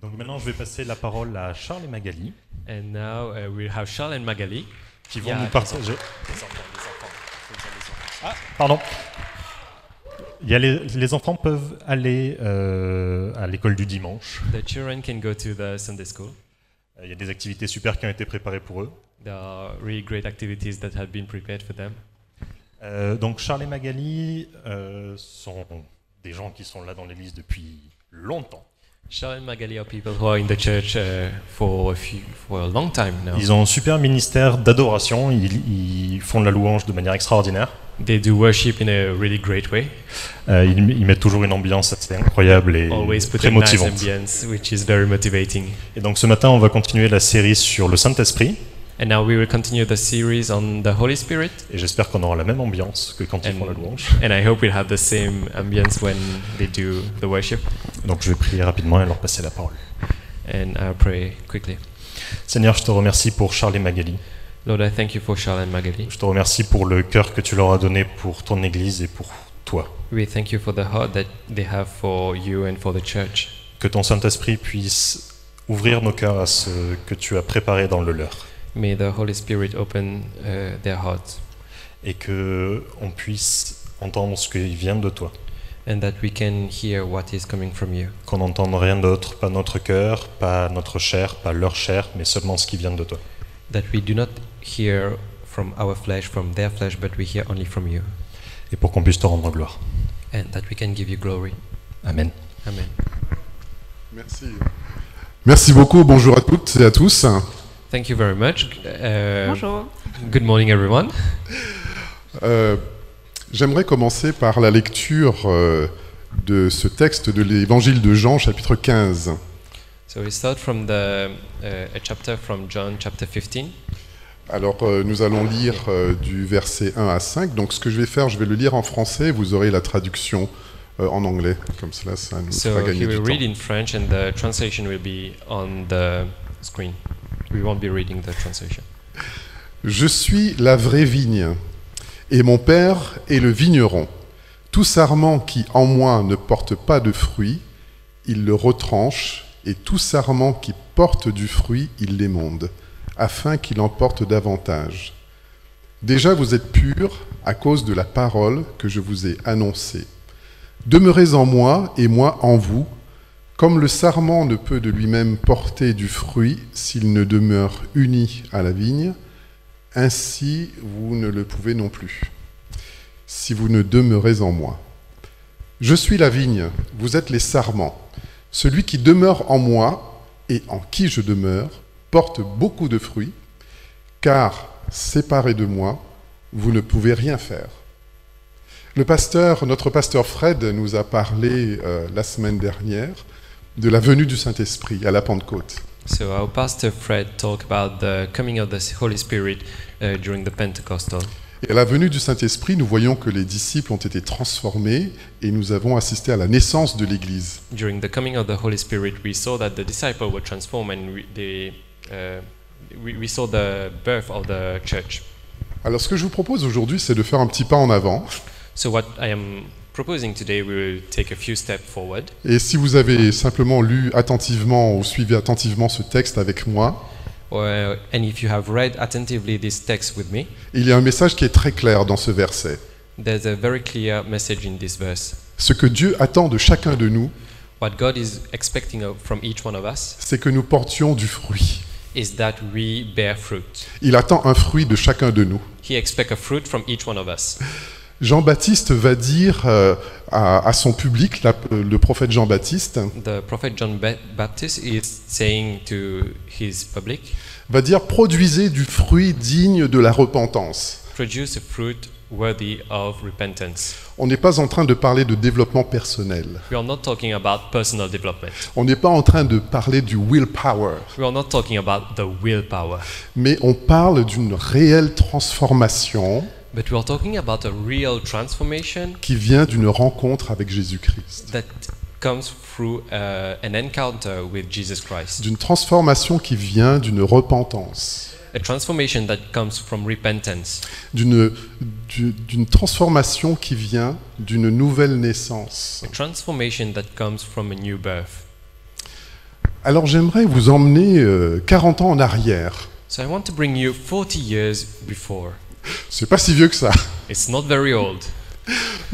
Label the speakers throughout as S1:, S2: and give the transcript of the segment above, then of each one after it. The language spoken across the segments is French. S1: Donc maintenant, je vais passer la parole à Charles et Magali
S2: And now uh, we have Charles and Magali.
S1: qui vont
S2: Yeah,
S1: nous partager.
S3: Les enfants, les enfants. Faut dire les enfants.
S1: Ah, Pardon. Il y a les, les enfants peuvent aller euh, à l'école du dimanche.
S2: The children can go to the Sunday school.
S1: Euh, Il y a des activités super qui ont été préparées pour eux.
S2: There are really great activities that have been prepared for them.
S1: Euh, donc Charles et Magali euh, sont des gens qui sont là dans l'église depuis longtemps.
S2: Charles and Magali are people who are in the church uh, for a few, for a long time now.
S1: Ils ont un super ministère d'adoration, ils, ils font de la louange de manière extraordinaire.
S2: They do worship in a really great way.
S1: Euh, ils, ils mettent toujours une ambiance assez incroyable et
S2: Always put
S1: très
S2: a nice
S1: motivante.
S2: ambiance, which is very motivating.
S1: Et donc ce matin, on va continuer la série sur le Saint-Esprit,
S2: And now we will continue the series on the Holy Spirit.
S1: et j'espère qu'on aura la même ambiance que quand ils
S2: And-
S1: font la louange.
S2: And I hope we'll have the same ambience when they do the worship.
S1: Donc je vais prier rapidement et leur passer la parole.
S2: And I'll pray quickly.
S1: Seigneur, je te remercie pour Charles et Magali.
S2: Lord, I thank you for Charles and Magali.
S1: Je te remercie pour le cœur que tu leur as donné pour ton Église et pour toi.
S2: We thank you for the heart that they have for you and for the church.
S1: Que ton Saint-Esprit puisse ouvrir nos cœurs à ce que tu as préparé dans le leur.
S2: May the Holy Spirit open uh, their hearts
S1: Et que on puisse entendre ce qui vient de toi.
S2: and that we can hear what is coming from you.
S1: Qu'on n'entende rien d'autre, pas notre cœur, pas notre chair, pas leur chair, mais seulement ce qui vient de toi.
S2: That we do not hear from our flesh, from their flesh, but we hear only from you.
S1: Et pour qu'on puisse te rendre gloire.
S2: And that we can give you glory.
S1: Amen.
S2: Amen.
S4: Merci. Merci beaucoup, bonjour à toutes et à tous.
S2: Thank you very much. Uh,
S5: Bonjour.
S2: Good morning, everyone.
S4: Euh, J'aimerais commencer par la lecture euh, de ce texte de l'évangile de Jean, chapitre 15.
S2: So we start from the uh, a chapter from John chapter 15.
S4: Alors, euh, nous allons lire euh, du verset 1 à 5. Donc, ce que je vais faire, je vais le lire en français, vous aurez la traduction euh, en anglais. Comme cela, ça nous fera
S2: So
S4: gagner
S2: he
S4: du
S2: will read
S4: temps.
S2: in French, and the translation will be on the screen. We won't be reading the translation.
S4: Je suis la vraie vigne, et mon Père est le vigneron. Tout sarment qui en moi ne porte pas de fruit, il le retranche, et tout sarment qui porte du fruit, il l'émonde, afin qu'il en porte davantage. Déjà vous êtes purs à cause de la parole que je vous ai annoncée. Demeurez en moi et moi en vous, comme le sarment ne peut de lui-même porter du fruit s'il ne demeure uni à la vigne, ainsi vous ne le pouvez non plus, si vous ne demeurez en moi. Je suis la vigne, vous êtes les sarments. Celui qui demeure en moi et en qui je demeure porte beaucoup de fruits, car séparé de moi, vous ne pouvez rien faire. Le pasteur, notre pasteur Fred nous a parlé euh, la semaine dernière de la venue du Saint-Esprit à la Pentecôte.
S2: So our pastor Fred talked about the coming of the Holy Spirit uh, during the Pentecostal.
S4: Et à la venue du Saint-Esprit, nous voyons que les disciples ont été transformés et nous avons assisté à la naissance de l'Église.
S2: During the coming of the Holy Spirit, we saw that the disciples were transformed, and we, they, uh, we, we saw the birth of the church.
S4: Alors ce que je vous propose aujourd'hui, c'est de faire un petit pas en avant.
S2: So what I am proposing today, we will take a few steps forward.
S4: Et si vous avez simplement lu attentivement ou suivi attentivement ce texte avec moi,
S2: Uh, and if you have read attentively this text with me,
S4: il y a un message qui est très clair dans ce verset.
S2: there's a very clear message in this verse.
S4: Ce que Dieu attend de chacun de nous,
S2: What God is expecting of, from each one of us
S4: c'est que nous portions du fruit.
S2: is that we bear fruit.
S4: Il attend un fruit de chacun de nous.
S2: He expects a fruit from each one of us.
S4: Jean-Baptiste va dire euh, à, à son public, la- le prophète Jean-Baptiste,
S2: The prophet John Ba- Baptist is saying to his public,
S4: va dire produisez du fruit digne de la repentance.
S2: produce a fruit worthy of repentance.
S4: On n'est pas en train de parler de développement personnel.
S2: We are not talking about personal development.
S4: On n'est pas en train de parler du willpower,
S2: We are not talking about the willpower,
S4: mais on parle d'une réelle transformation
S2: but we are talking about a real transformation
S4: qui vient d'une rencontre avec Jésus-Christ.
S2: that comes through uh, an encounter with Jesus Christ.
S4: D'une transformation qui vient d'une repentance.
S2: A transformation that comes from repentance.
S4: D'une du- d'une transformation qui vient d'une nouvelle naissance.
S2: Transformation that comes from a new birth.
S4: Alors j'aimerais vous emmener euh, 40 ans en arrière.
S2: So I want to bring you 40 years before.
S4: C'est pas si vieux que ça.
S2: It's not very old.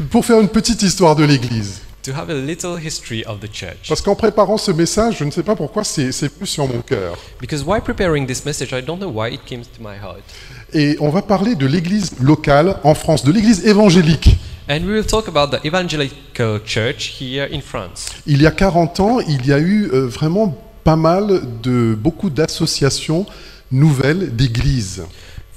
S4: Pour faire une petite histoire de l'Église.
S2: To have a little history of the church.
S4: Parce qu'en préparant ce message, je ne sais pas pourquoi, c'est c'est plus sur mon cœur.
S2: Because while preparing this message, I don't know why it came to my heart.
S4: Et on va parler de l'Église locale en France, de l'Église évangélique.
S2: And we will talk about the evangelical church here in France.
S4: Il y a 40 ans, il y a eu euh, vraiment pas mal de beaucoup d'associations nouvelles d'églises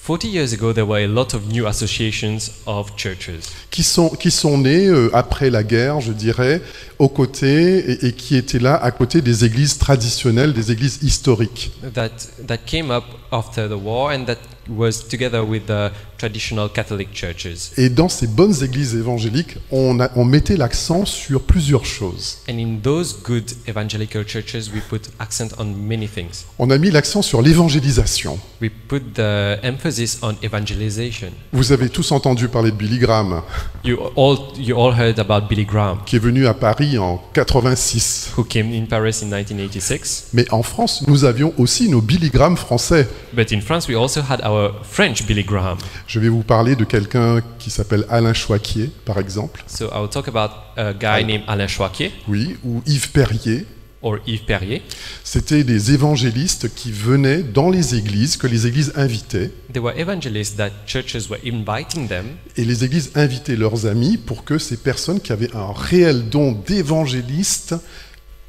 S2: 40 years ago, there were a lot of new associations of churches
S4: qui sont, qui sont nées euh, après la guerre, je dirais, aux côtés et, et qui étaient là à côté des églises traditionnelles, des églises historiques.
S2: that, that came up after the war and that was together with the traditional Catholic churches.
S4: Et dans ces bonnes églises évangéliques, on, a- on mettait l'accent sur plusieurs choses.
S2: And in those good evangelical churches, we put accent on many things.
S4: On a mis l'accent sur l'évangélisation.
S2: We put the emphasis on evangelization.
S4: Vous avez tous entendu parler de Billy Graham,
S2: You all, you all heard about Billy Graham,
S4: qui est venu à Paris en 86.
S2: who came in Paris in 1986.
S4: Mais en France, nous avions aussi nos Billy Graham français.
S2: But in France, we also had our French Billy Graham.
S4: Je vais vous parler de quelqu'un qui s'appelle Alain Choiquier, par exemple,
S2: So I will talk about a guy named Alain Choquet
S4: oui, ou Yves Perrier.
S2: or Yves Perrier.
S4: C'était des évangélistes qui venaient dans les églises, que les églises invitaient,
S2: They were evangelists that churches were inviting them,
S4: et les églises invitaient leurs amis pour que ces personnes qui avaient un réel don d'évangéliste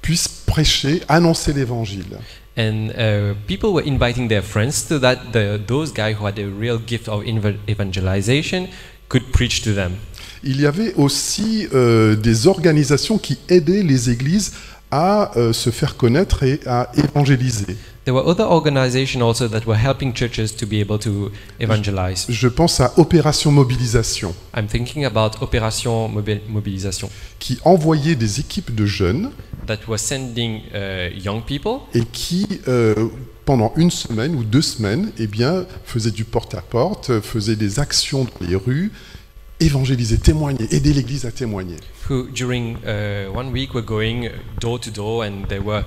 S4: puissent prêcher, annoncer l'évangile.
S2: and uh, people were inviting their friends so that the, those guys who had a real gift of inv- evangelization could preach to them.
S4: Il y avait aussi euh, des organisations qui aidaient les églises à euh, se faire connaître et à évangéliser.
S2: There were other organizations also that were helping churches to be able to evangelize.
S4: Je pense à Opération Mobilisation,
S2: I'm thinking about Opération Mobil- Mobilisation
S4: qui envoyait des équipes de jeunes
S2: that was sending uh, young people
S4: et qui, euh, pendant une semaine ou deux semaines, eh bien, faisaient du porte-à-porte, euh, faisaient des actions dans les rues, évangélisaient, témoignaient, aidaient l'Église à témoigner.
S2: who during uh, one week were going door to door and they were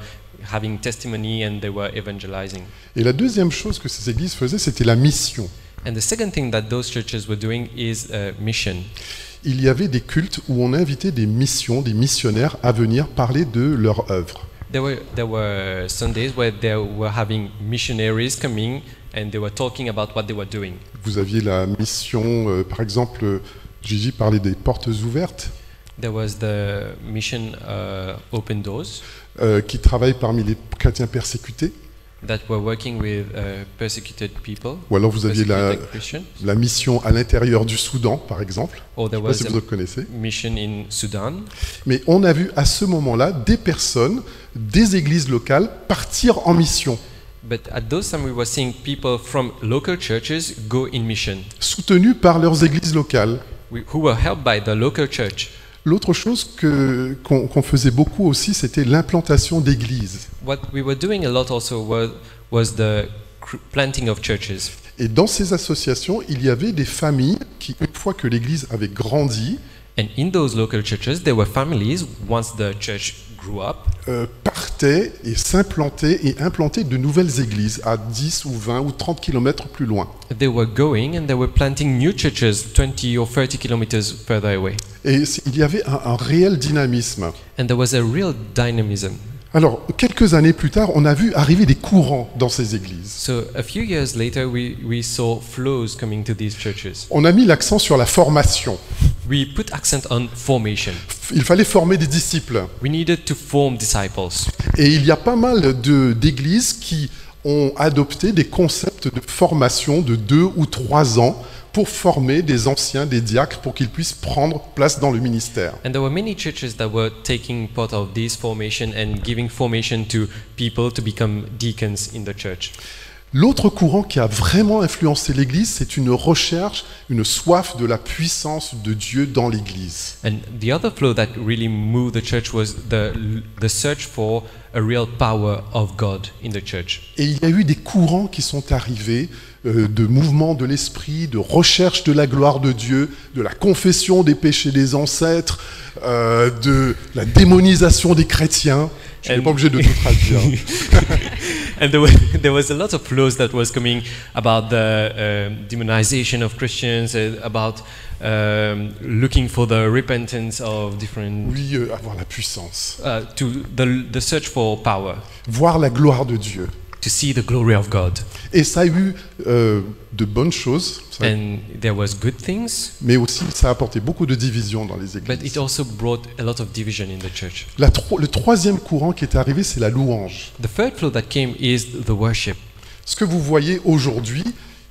S2: having testimony and they were evangelizing.
S4: Et la deuxième chose que ces églises faisaient, c'était la mission.
S2: And the second thing that those churches were doing is uh, mission.
S4: Il y avait des cultes où on invitait des missions, des missionnaires à venir parler de leur œuvre.
S2: There were there were Sundays where they were having missionaries coming and they were talking about what they were doing.
S4: Vous aviez la mission, euh, par exemple, euh, Gigi parlait des portes ouvertes,
S2: There was the mission uh, Open Doors
S4: euh, qui travaille parmi les chrétiens persécutés.
S2: that were working with uh, persecuted people,
S4: Ou alors vous aviez la,
S2: persecuted Christian.
S4: la mission à l'intérieur du Soudan, par exemple.
S2: Or
S4: Je
S2: there
S4: ne sais
S2: was
S4: pas si vous le
S2: a
S4: connaissez.
S2: mission in Sudan.
S4: Mais on a vu à ce moment-là des personnes, des églises locales partir en mission,
S2: But at those time, we were seeing people from local churches go in mission,
S4: soutenues par leurs églises locales.
S2: we, who were helped by the local church.
S4: L'autre chose que- qu'on qu'on faisait beaucoup aussi, c'était l'implantation d'églises.
S2: What we were doing a lot also was, was the cr- planting of churches.
S4: Et dans ces associations, il y avait des familles qui, une fois que l'église avait grandi,
S2: And in those local churches, there were families, once the church grew up,
S4: euh, partaient et s'implantaient et implantaient de nouvelles églises à 10 ou 20 ou 30 kilomètres plus loin.
S2: they were going and they were planting new churches 20 or 30 kilometers further away.
S4: Et c- il y avait un, un réel dynamisme.
S2: And there was a real dynamism.
S4: Alors, quelques années plus tard, on a vu arriver des courants dans ces églises.
S2: So a few years later, we, we saw flows coming to these churches.
S4: On a mis l'accent sur la formation.
S2: We put accent on formation.
S4: F- Il fallait former des disciples.
S2: We needed to form disciples.
S4: Et il y a pas mal de- d'églises qui ont adopté des concepts de formation de deux ou trois ans pour former des anciens, des diacres, pour qu'ils puissent prendre place dans le ministère.
S2: And there were many churches that were taking part of this formation and giving formation to people to become deacons in the church.
S4: L'autre courant qui a vraiment influencé l'Église, c'est une recherche, une soif de la puissance de Dieu dans l'Église.
S2: And the other flow that really moved the church was the the search for a real power of God in the church.
S4: Et il y a eu des courants qui sont arrivés, euh, de mouvements de l'esprit, de recherche de la gloire de Dieu, de la confession des péchés des ancêtres, euh, de la démonisation des chrétiens. Je n'es pas obligé de tout traduire.
S2: and there, were, there was a lot of flows that was coming about the um demonization of Christians, uh, about um, looking for the repentance of different,
S4: Oui, euh, avoir la puissance.
S2: uh, to the, the search for power,
S4: Voir la gloire de Dieu.
S2: to see the glory of God.
S4: Et ça a eu euh, de bonnes choses, ça-
S2: And there was good things,
S4: mais aussi ça a apporté beaucoup de divisions dans les
S2: but it
S4: églises.
S2: also brought a lot of division in the church.
S4: La tro- le troisième courant qui est arrivé, c'est la louange.
S2: The third flow that came is the worship.
S4: Ce que vous voyez aujourd'hui,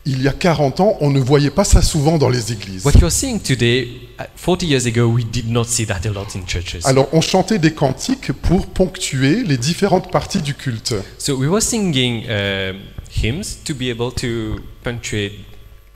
S4: il y a 40 ans, on ne voyait pas ça souvent dans les églises.
S2: What you're seeing today, uh, 40 years ago, we did not see that a lot in churches.
S4: Alors on chantait des cantiques pour ponctuer les différentes parties du culte.
S2: So we were singing uh, hymns to be able to punctuate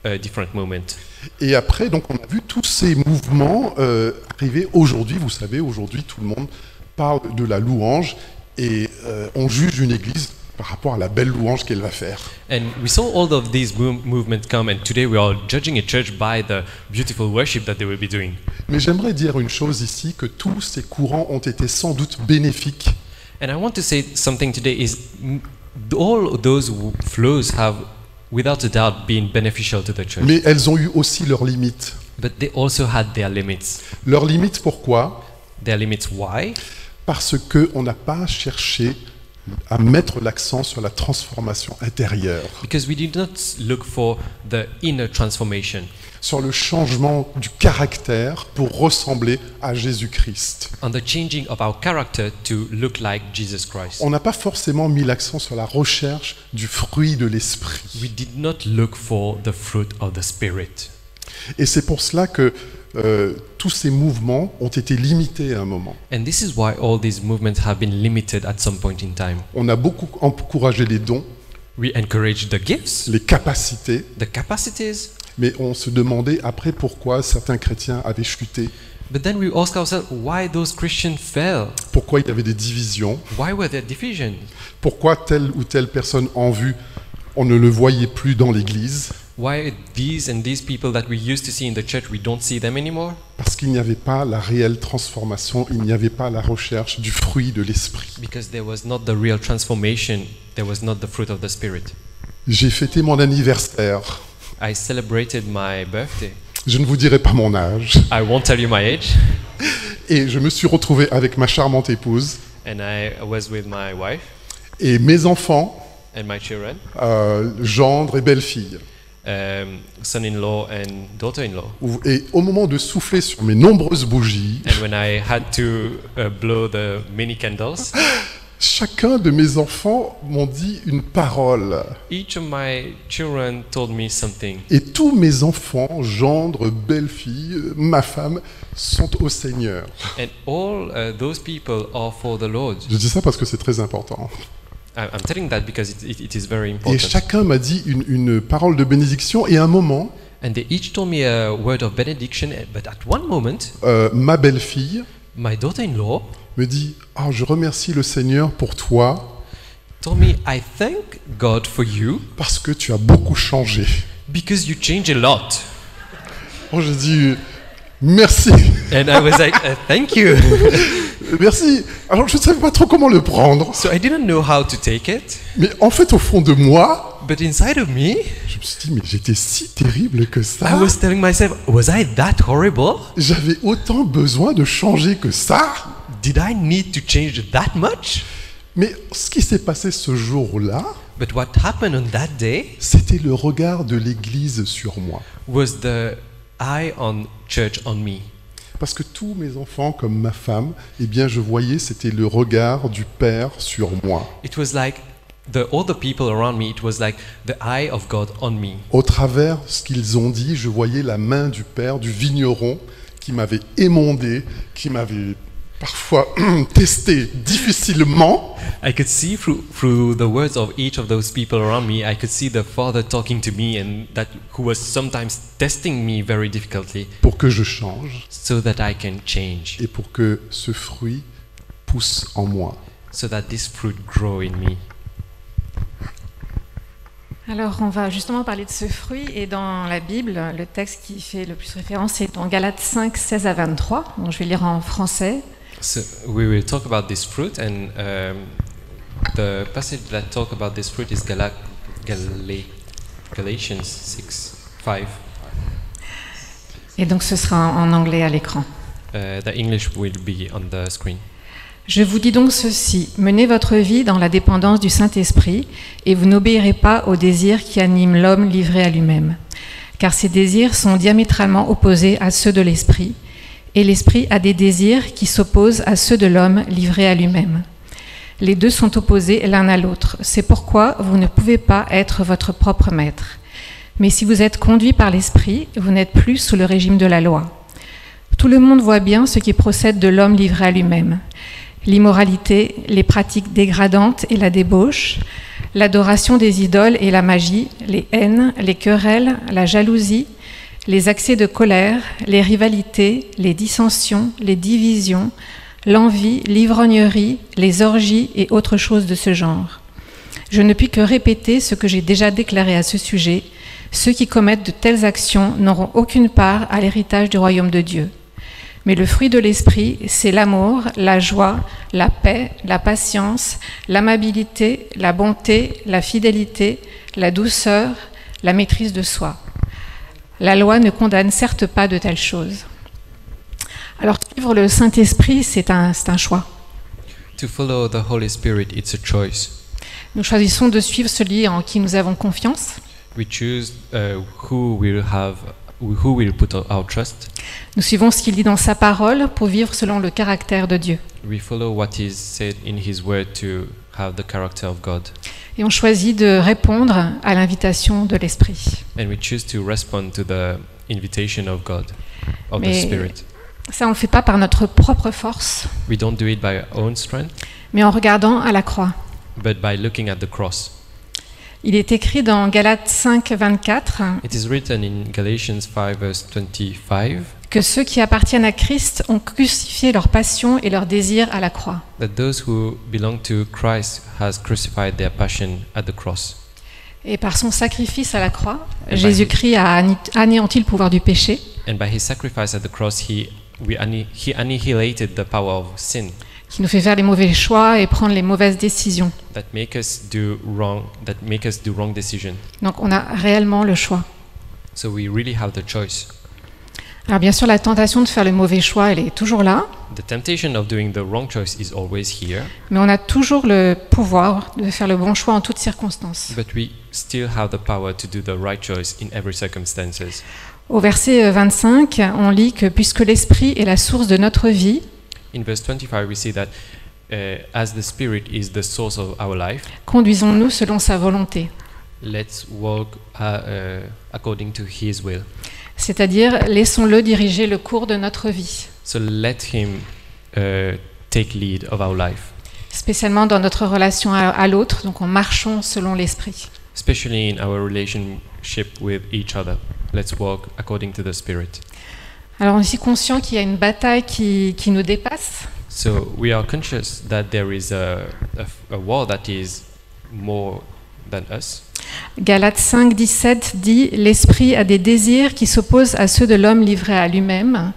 S2: a different moment.
S4: Et après, donc, on a vu tous ces mouvements euh, arriver aujourd'hui. Vous savez, aujourd'hui, tout le monde parle de la louange et euh, on juge une église par rapport à la belle louange qu'elle va faire.
S2: And we saw all of these boom movements come, and today we are judging a church by the beautiful worship that they will be doing.
S4: Mais j'aimerais dire une chose ici, que tous ces courants ont été sans doute bénéfiques.
S2: And I want to say something today is mm, all of those w- flows have, without a doubt, been beneficial to the church,
S4: Mais elles ont eu aussi leurs limites.
S2: but they also had their limits.
S4: Leurs limites pourquoi
S2: Their limits why?
S4: Parce qu'on n'a pas cherché à mettre l'accent sur la transformation intérieure,
S2: Because we did not look for the inner transformation,
S4: sur le changement du caractère pour ressembler à Jésus-Christ.
S2: on the changing of our character to look like Jesus Christ.
S4: On n'a pas forcément mis l'accent sur la recherche du fruit de l'esprit.
S2: We did not look for the fruit of the Spirit.
S4: Et c'est pour cela que euh, tous ces mouvements ont été limités à un moment.
S2: And this is why all these movements have been limited at some point in time.
S4: On a beaucoup encouragé les dons,
S2: We encourage the gifts,
S4: les capacités,
S2: the capacities,
S4: mais on se demandait après pourquoi certains chrétiens avaient chuté,
S2: but then we ask ourselves why those Christians fell.
S4: pourquoi il y avait des divisions,
S2: Why were there divisions?
S4: pourquoi telle ou telle personne en vue, on ne le voyait plus dans l'Église,
S2: Why these and these people that we used to see in the church, we don't see them anymore?
S4: parce qu'il n'y avait pas la réelle transformation, il n'y avait pas la recherche du fruit de l'esprit.
S2: Because there was not the real transformation, there was not the fruit of the Spirit.
S4: J'ai fêté mon anniversaire.
S2: I celebrated my birthday.
S4: Je ne vous dirai pas mon âge.
S2: I won't tell you my age.
S4: Et je me suis retrouvé avec ma charmante épouse
S2: And I was with my wife
S4: et mes enfants,
S2: and my children,
S4: euh, gendre et belle-fille.
S2: um, son in law and daughter in law.
S4: Ou- Et au moment de souffler sur mes nombreuses bougies,
S2: And when I had to uh, blow the mini candles,
S4: chacun de mes enfants m'ont dit une parole.
S2: each of my children told me something.
S4: Et tous mes enfants, gendre, belle-fille, ma femme, sont au Seigneur.
S2: And all uh, those people are for the Lord.
S4: Je dis ça parce que c'est très important.
S2: I- I'm telling that because it, it, it is very
S4: Et
S2: important.
S4: chacun m'a dit une, une parole de bénédiction et à un moment,
S2: And they each told me a word of benediction, eh, but at one moment,
S4: euh, ma belle-fille
S2: my daughter in law
S4: me dit « Ah, je remercie le Seigneur pour toi ».
S2: told me, I thank God for you
S4: parce que tu as beaucoup changé.
S2: because you change a lot.
S4: Oh, j'ai dit merci,
S2: And I was like, uh, thank you.
S4: merci. Alors je ne savais pas trop comment le prendre,
S2: So I didn't know how to take it,
S4: mais en fait au fond de moi,
S2: but inside of me,
S4: je me suis dit mais j'étais si terrible que ça.
S2: I was telling myself, was I that horrible?
S4: J'avais autant besoin de changer que ça.
S2: Did I need to change that much?
S4: Mais ce qui s'est passé ce jour-là,
S2: But what happened on that day
S4: c'était le regard de l'Église sur moi.
S2: was the eye on church on me.
S4: Parce que tous mes enfants, comme ma femme, eh bien, je voyais, c'était le regard du Père sur moi.
S2: It was like the all the people around me, it was like the eye of God on me.
S4: Au travers de ce qu'ils ont dit, je voyais la main du père, du vigneron, qui m'avait émondé, qui m'avait parfois testé difficilement,
S2: I could see through through the words of each of those people around me, I could see the father talking to me and that who was sometimes testing me very difficultly
S4: pour que je change
S2: so that I can change,
S4: et pour que ce fruit pousse en moi.
S2: so that this fruit grow in me.
S5: Alors, on va justement parler de ce fruit. Et dans la Bible, le texte qui fait le plus référence est dans Galates 5, 16 à 23. Donc, je vais lire en français.
S2: So we will talk about this fruit, and um, the passage that talk about this fruit is Gala- Gala- Galatians 6, 5.
S5: Et donc ce sera en anglais à l'écran.
S2: Uh, the English will be on the screen.
S5: Je vous dis donc ceci, menez votre vie dans la dépendance du Saint-Esprit, et vous n'obéirez pas aux désirs qui animent l'homme livré à lui-même. Car ces désirs sont diamétralement opposés à ceux de l'Esprit, et l'Esprit a des désirs qui s'opposent à ceux de l'homme livré à lui-même. Les deux sont opposés l'un à l'autre, c'est pourquoi vous ne pouvez pas être votre propre maître. Mais si vous êtes conduit par l'Esprit, vous n'êtes plus sous le régime de la loi. Tout le monde voit bien ce qui procède de l'homme livré à lui-même. L'immoralité, les pratiques dégradantes et la débauche, l'adoration des idoles et la magie, les haines, les querelles, la jalousie, les accès de colère, les rivalités, les dissensions, les divisions, l'envie, l'ivrognerie, les orgies et autres choses de ce genre. Je ne puis que répéter ce que j'ai déjà déclaré à ce sujet. Ceux qui commettent de telles actions n'auront aucune part à l'héritage du royaume de Dieu. Mais le fruit de l'esprit, c'est l'amour, la joie, la paix, la patience, l'amabilité, la bonté, la fidélité, la douceur, la maîtrise de soi. La loi ne condamne certes pas de telles choses. Alors suivre le Saint-Esprit, c'est un, c'est un choix.
S2: To follow the Holy Spirit, it's a choice.
S5: Nous choisissons de suivre celui en qui nous avons confiance.
S2: We choose uh, who will have, who will put our trust.
S5: Nous suivons ce qu'il dit dans sa parole pour vivre selon le caractère de Dieu.
S2: We follow what is said in His Word to have the character of God,
S5: Et on choisit de répondre à l'invitation de l'Esprit.
S2: and we choose to respond to the invitation of God, of the
S5: Mais-
S2: Spirit.
S5: Ça, on ne fait pas par notre propre force,
S2: We don't do it by our own strength,
S5: mais en regardant à la croix.
S2: but by looking at the cross.
S5: Il est écrit dans Galates 5, 24
S2: It is written in Galatians 5, verse 25,
S5: que ceux qui appartiennent à Christ ont crucifié leurs passions et leurs désirs à la croix.
S2: that those who belong to Christ has crucified their passion at the cross.
S5: Et par son sacrifice à la croix,
S2: Eh ben,
S5: Jésus-Christ a ani- anéanti le pouvoir du péché
S2: And by His sacrifice at the cross, He, we anni- he annihilated the power of sin
S5: qui nous fait faire les mauvais choix et prendre les mauvaises décisions.
S2: that make us do wrong, that make us do wrong decision.
S5: Donc on a réellement le choix.
S2: So we really have the choice.
S5: Alors bien sûr, la tentation de faire le mauvais choix, elle est toujours là,
S2: The temptation of doing the wrong choice is always here,
S5: mais on a toujours le pouvoir de faire le bon choix en toutes circonstances.
S2: but we still have the power to do the right choice in every circumstances.
S5: Au verset euh, 25, on lit que puisque l'Esprit est la source de notre vie,
S2: In verse 25, we see that uh, as the Spirit is the source of our life,
S5: conduisons-nous selon sa volonté,
S2: let's walk uh, uh, according to His will.
S5: c'est-à-dire laissons-le diriger le cours de notre vie,
S2: So let Him uh, take lead of our life,
S5: spécialement dans notre relation à, à l'autre, donc en marchant selon l'Esprit.
S2: especially in our relationship with each other. Let's walk according to the Spirit.
S5: Alors on est aussi conscient qu'il y a une bataille qui, qui nous dépasse,
S2: So we are conscious that there is a, a f- a war that is more than us.
S5: Galates 5, 17 dit L'esprit a des désirs qui s'opposent à ceux de l'homme livré à lui-même.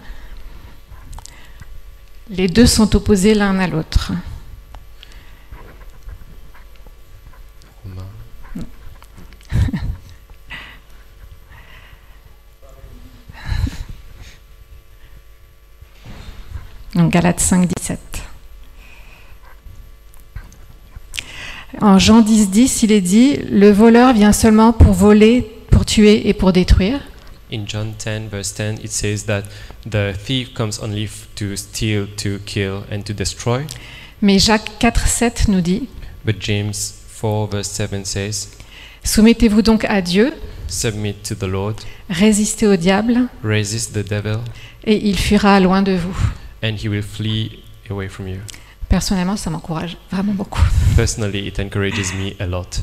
S5: Les deux sont opposés l'un à l'autre. Donc Galates 5, 17. En Jean 10, 10, il est dit Le voleur vient seulement pour voler, pour tuer et pour détruire.
S2: In John 10, verse 10, it says that the thief comes only f- to steal, to kill, and to destroy.
S5: Mais Jacques 4, 7 nous dit
S2: But James 4, verse 7 says,
S5: Soumettez-vous donc à Dieu,
S2: Submit to the Lord,
S5: résistez au diable,
S2: resist the devil,
S5: et il fuira loin de vous.
S2: and he will flee away from you.
S5: Personnellement, ça m'encourage vraiment beaucoup.
S2: Personally, it encourages me a lot.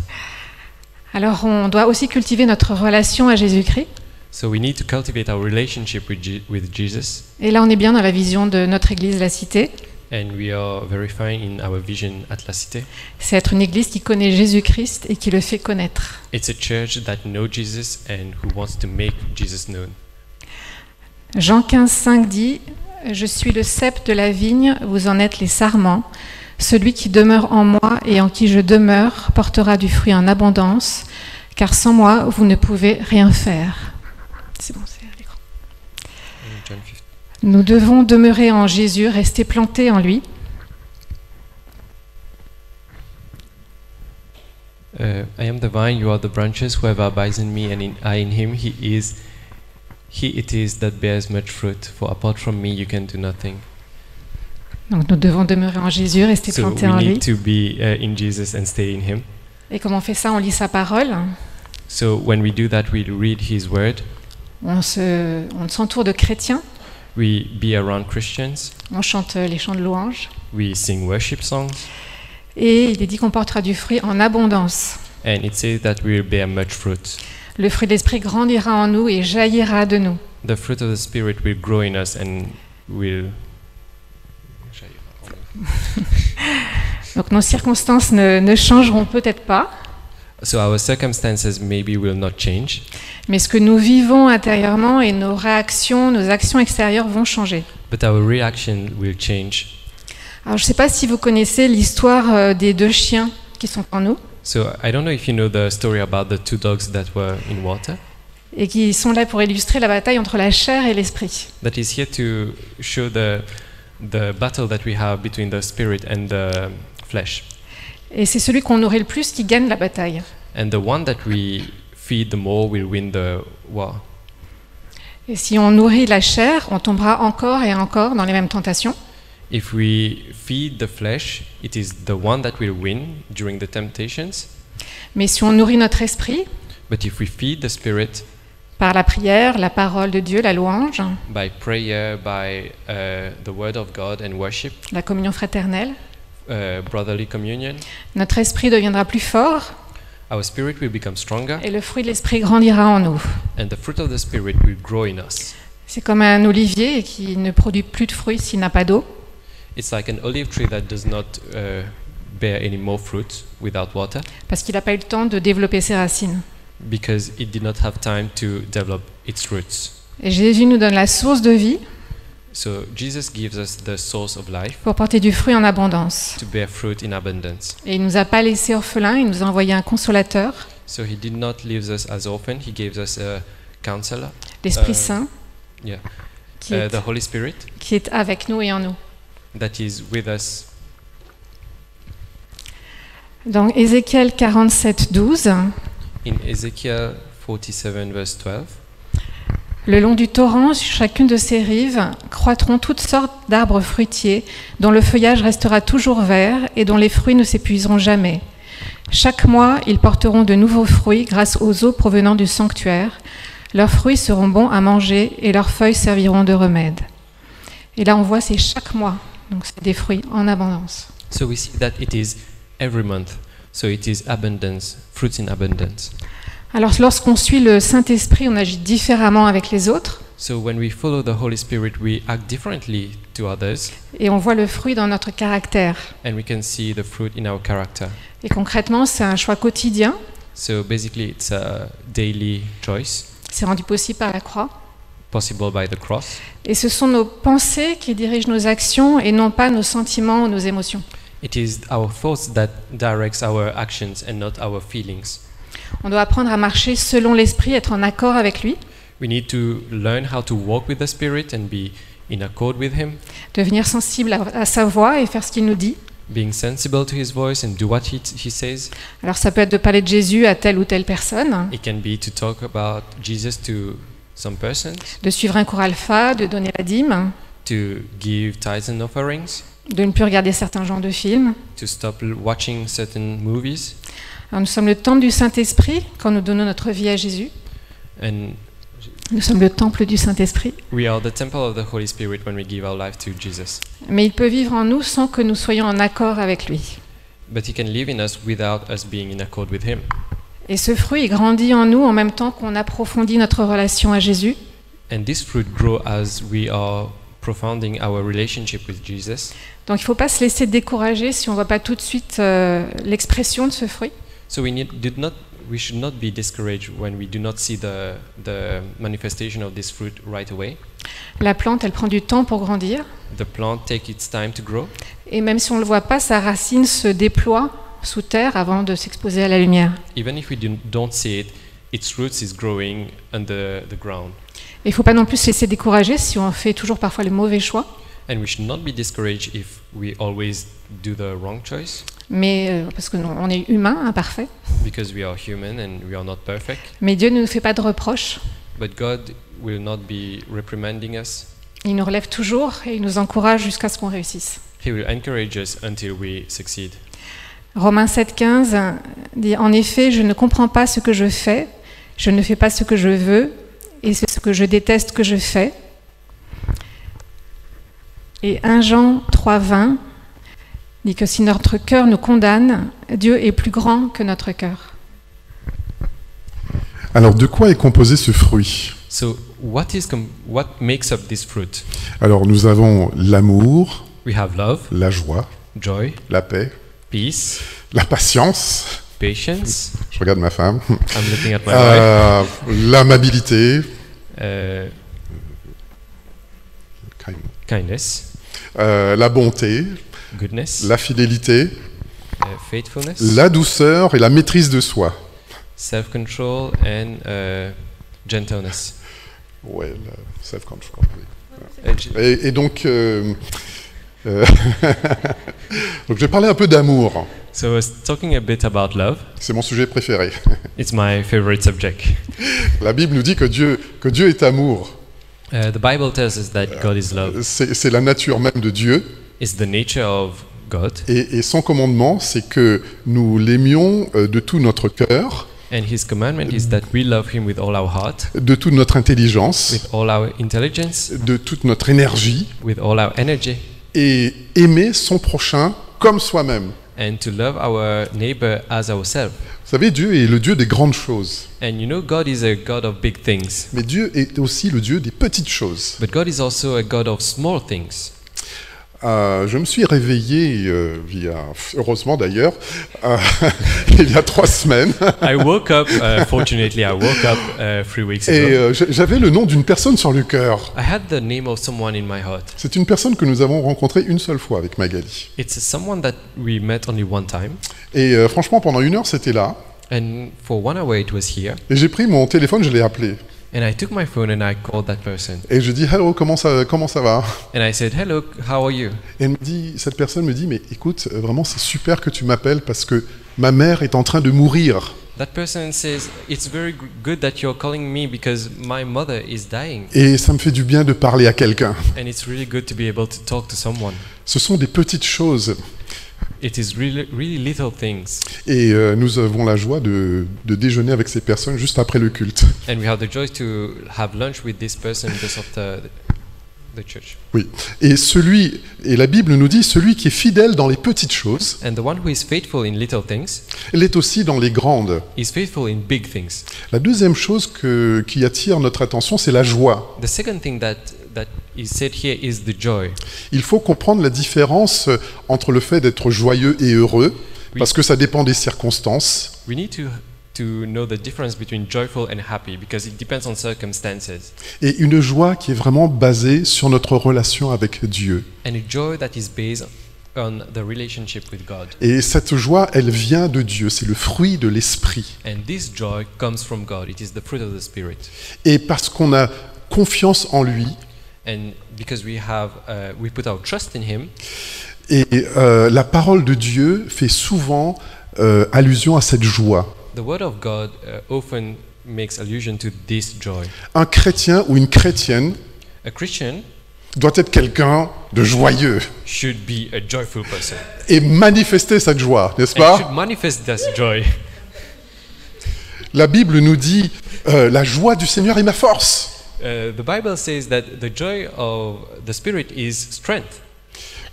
S5: Alors, on doit aussi cultiver notre relation à Jésus-Christ.
S2: So we need to cultivate our relationship with, Je- with Jesus,
S5: Et là, on est bien dans la vision de notre Église, la Cité.
S2: and we are verifying in our vision at La Cité.
S5: C'est être une Église qui connaît Jésus-Christ et qui le fait connaître.
S2: It's a church that knows Jesus and who wants to make Jesus known.
S5: Jean 15, 5 dit Je suis le cep de la vigne, vous en êtes les sarments. Celui qui demeure en moi et en qui je demeure portera du fruit en abondance, car sans moi, vous ne pouvez rien faire. C'est bon, c'est à l'écran. Nous devons demeurer en Jésus, rester plantés en lui.
S2: Uh, I am the vine, you are the branches. Whoever abides in me and in, I in him, he is. He it is that bears much fruit. For apart from me, you can do nothing.
S5: Donc nous devons demeurer en Jésus, rester
S2: So
S5: plantés
S2: we
S5: en lui.
S2: need to be uh, in Jesus and stay in Him.
S5: Et comment on fait ça On lit sa parole,
S2: So when we do that, we read His Word.
S5: on se- on s'entoure de chrétiens,
S2: We be around Christians.
S5: on chante euh, les chants de louange.
S2: We sing worship songs,
S5: Et il est dit qu'on portera du fruit en abondance.
S2: and it says that we will bear much fruit.
S5: Le fruit de l'esprit grandira en nous et jaillira de nous.
S2: The fruit of the Spirit will grow in us and will.
S5: Donc nos circonstances ne, ne changeront peut-être pas,
S2: So our circumstances maybe will not change,
S5: mais ce que nous vivons intérieurement et nos réactions, nos actions extérieures vont changer.
S2: but our reaction will change.
S5: Alors je ne sais pas si vous connaissez l'histoire euh, des deux chiens qui sont en nous
S2: So I don't know if you know the story about the two dogs that were in water.
S5: et qui sont là pour illustrer la bataille entre la chair et l'esprit.
S2: That is here to show the the battle that we have between the spirit and the flesh.
S5: Et c'est celui qu'on nourrit le plus qui gagne la bataille.
S2: And the one that we feed the more will win the war.
S5: Et si on nourrit la chair, on tombera encore et encore dans les mêmes tentations.
S2: If we feed the flesh, it is the one that will win during the temptations.
S5: Mais si on nourrit notre esprit
S2: But if we feed the spirit
S5: par la prière, la parole de Dieu, la louange,
S2: by prayer, by uh, the word of God and worship,
S5: la communion fraternelle,
S2: uh, brotherly communion,
S5: notre esprit deviendra plus fort
S2: our spirit will become stronger
S5: et le fruit de l'esprit grandira en nous.
S2: and the fruit of the spirit will grow in us.
S5: C'est comme un olivier qui ne produit plus de fruits s'il n'a pas d'eau.
S2: It's like an olive tree that does not uh, bear any more fruit without water
S5: parce qu'il n'a pas eu le temps de développer ses racines.
S2: because it did not have time to develop its roots.
S5: Et Jésus nous donne la source de vie
S2: So Jesus gives us the source of life
S5: pour porter du fruit en abondance.
S2: to bear fruit in abundance.
S5: Et il ne nous a pas laissés orphelins, il nous a envoyé un consolateur,
S2: So he did not leave us as orphan, he gave us a counselor,
S5: l'Esprit
S2: Euh,
S5: Saint,
S2: yeah.
S5: qui
S2: uh,
S5: est,
S2: the Holy Spirit
S5: qui est avec nous et en nous.
S2: that is with us.
S5: Dans Ézéchiel 47, 12,
S2: In Ezekiel 47 verse 12,
S5: le long du torrent, sur chacune de ses rives, croîtront toutes sortes d'arbres fruitiers, dont le feuillage restera toujours vert et dont les fruits ne s'épuiseront jamais. Chaque mois, ils porteront de nouveaux fruits grâce aux eaux provenant du sanctuaire. Leurs fruits seront bons à manger et leurs feuilles serviront de remède. Et là, on voit, c'est chaque mois. Donc, c'est des fruits en abondance.
S2: so we see that it is every month. So it is abundance, fruits in abundance.
S5: Alors, lorsqu'on suit le Saint-Esprit, on agit différemment avec les autres
S2: So when we follow the Holy Spirit, we act differently to others
S5: et on voit le fruit dans notre caractère.
S2: and we can see the fruit in our character.
S5: Et concrètement, c'est un choix quotidien.
S2: So basically, it's a daily choice
S5: C'est rendu possible par la croix.
S2: possible by the cross.
S5: Et ce sont nos pensées qui dirigent nos actions et non pas nos sentiments ou nos émotions.
S2: It is our thoughts that directs our actions and not our feelings.
S5: On doit apprendre à marcher selon l'esprit, être en accord avec lui,
S2: We need to learn how to walk with the Spirit and be in accord with Him,
S5: devenir sensible à, à sa voix et faire ce qu'il nous dit.
S2: being sensible to His voice and do what He, he says.
S5: Alors ça peut être de parler de Jésus à telle ou telle personne,
S2: It can be to talk about Jesus to some persons,
S5: de suivre un cours alpha, de donner la dîme,
S2: to give tithes and offerings,
S5: de ne plus regarder certains genres de films.
S2: to stop l- watching certain movies.
S5: Alors nous sommes le temple du Saint-Esprit quand nous donnons notre vie à Jésus.
S2: And
S5: Nous sommes le temple du Saint-Esprit.
S2: we are the temple of the Holy Spirit when we give our life to Jesus.
S5: Mais il peut vivre en nous sans que nous soyons en accord avec lui.
S2: But He can live in us without us being in accord with Him.
S5: Et ce fruit il grandit en nous en même temps qu'on approfondit notre relation à Jésus.
S2: And this fruit grow as we are profounding our relationship with Jesus.
S5: Donc il ne faut pas se laisser décourager si on ne voit pas tout de suite euh, l'expression de ce fruit.
S2: So we need, did not we should not be discouraged when we do not see the, the manifestation of this fruit right away.
S5: La plante, elle prend du temps pour grandir.
S2: The plant takes its time to grow,
S5: Et même si on ne le voit pas, sa racine se déploie sous terre avant de s'exposer à la lumière.
S2: even if we do, don't see it. Its roots is growing under the ground,
S5: Et il ne faut pas non plus se laisser décourager si on fait toujours parfois les mauvais choix.
S2: and we should not be discouraged if we always do the wrong choice,
S5: Mais euh, parce que non, on est humain, hein, imparfait.
S2: because we are human and we are not perfect.
S5: Mais Dieu ne nous fait pas de reproches.
S2: But God will not be reprimanding us.
S5: Il nous relève toujours et il nous encourage jusqu'à ce qu'on réussisse.
S2: He will encourage us until we succeed.
S5: Romains 7,15 dit En effet, je ne comprends pas ce que je fais, je ne fais pas ce que je veux, et c'est ce que je déteste que je fais. Et 1 Jean 3,20 dit que si notre cœur nous condamne, Dieu est plus grand que notre cœur.
S4: Alors, de quoi est composé ce fruit
S2: So, what is com- what makes up this fruit?
S4: Alors, nous avons l'amour,
S2: We have love,
S4: la joie,
S2: joy,
S4: la paix,
S2: peace,
S4: la patience.
S2: patience.
S4: Je regarde ma femme.
S2: I'm looking at my wife.
S4: Euh, L'amabilité,
S2: Uh, kindness,
S4: euh, la bonté,
S2: goodness,
S4: la fidélité,
S2: uh, faithfulness,
S4: la douceur et la maîtrise de soi.
S2: self-control, and uh, gentleness.
S4: Ouais, la self-control, oui.
S2: Uh, g-
S4: Et, et donc, euh, euh, donc, je vais parler un peu d'amour.
S2: so, I was talking a bit about love.
S4: C'est mon sujet préféré.
S2: It's my favorite subject.
S4: La Bible nous dit que Dieu, que Dieu est amour.
S2: Uh, the Bible tells us that God is love.
S4: C'est c'est la nature même de Dieu.
S2: It's the nature of God,
S4: Et, et son commandement, c'est que nous l'aimions euh, de tout notre cœur,
S2: and His commandment is that we love Him with all our heart,
S4: de toute notre intelligence,
S2: with all our intelligence,
S4: de toute notre énergie,
S2: with all our energy,
S4: et aimer son prochain comme soi-même.
S2: and to love our neighbor as ourselves.
S4: Vous savez, Dieu est le Dieu des grandes choses,
S2: And you know, God is a God of big things,
S4: mais Dieu est aussi le Dieu des petites choses.
S2: but God is also a God of small things.
S4: Euh, je me suis réveillé, euh, via, heureusement d'ailleurs, euh, il y a trois semaines,
S2: I woke up, uh, fortunately, I woke up uh, three weeks
S4: et
S2: ago.
S4: euh, j'- j'avais le nom d'une personne sur le cœur.
S2: I had the name of someone in my heart.
S4: C'est une personne que nous avons rencontrée une seule fois avec Magali.
S2: It's someone that we met only one time,
S4: Et euh, franchement, pendant une heure, c'était là.
S2: and for one hour it was here.
S4: Et j'ai pris mon téléphone, je l'ai appelé.
S2: And I took my phone and I called that person.
S4: Et je dis, hello, comment ça, comment ça va
S2: And I said, Hello, how are you?
S4: Et elle me dit, cette personne me dit, mais écoute, euh, vraiment, c'est super que tu m'appelles parce que ma mère est en train de mourir.
S2: That person says, It's very g- good that you're calling me because my mother is dying,
S4: Et ça me fait du bien de parler à quelqu'un.
S2: and it's really good to be able to talk to someone.
S4: Ce sont des petites choses.
S2: It is really, really little things.
S4: Et euh, nous avons la joie de, de déjeuner avec ces personnes juste après le culte.
S2: And we have the joy to have lunch with this person just after the- the church.
S4: Oui. Et celui, et la Bible nous dit, celui qui est fidèle dans les petites choses,
S2: And the one who is faithful in little things
S4: l'est aussi dans les grandes.
S2: is faithful in big things.
S4: La deuxième chose que- qui attire notre attention, c'est la joie.
S2: The second thing that, that is said here is the joy.
S4: Il faut comprendre la différence entre le fait d'être joyeux et heureux,
S2: Oui.
S4: parce que ça dépend des circonstances.
S2: We need to, to know the difference between joyful and happy because it depends on circumstances.
S4: Et une joie qui est vraiment basée sur notre relation avec Dieu.
S2: and a joy that is based on the relationship with God.
S4: Et cette joie, elle vient de Dieu, c'est le fruit de l'esprit.
S2: And this joy comes from God. It is the fruit of the Spirit.
S4: Et parce qu'on a confiance en lui,
S2: And because we have, uh, we put our trust in Him,
S4: et euh, la parole de Dieu fait souvent euh, allusion à cette joie.
S2: the Word of God uh, often makes allusion to this joy.
S4: Un chrétien ou une chrétienne
S2: A Christian
S4: doit être quelqu'un de joyeux
S2: should be a joyful person
S4: et manifester cette joie, n'est-ce
S2: and
S4: pas
S2: should manifest this joy.
S4: La Bible nous dit euh, la joie du Seigneur est ma force.
S2: Uh, the Bible says that the joy of the Spirit is strength.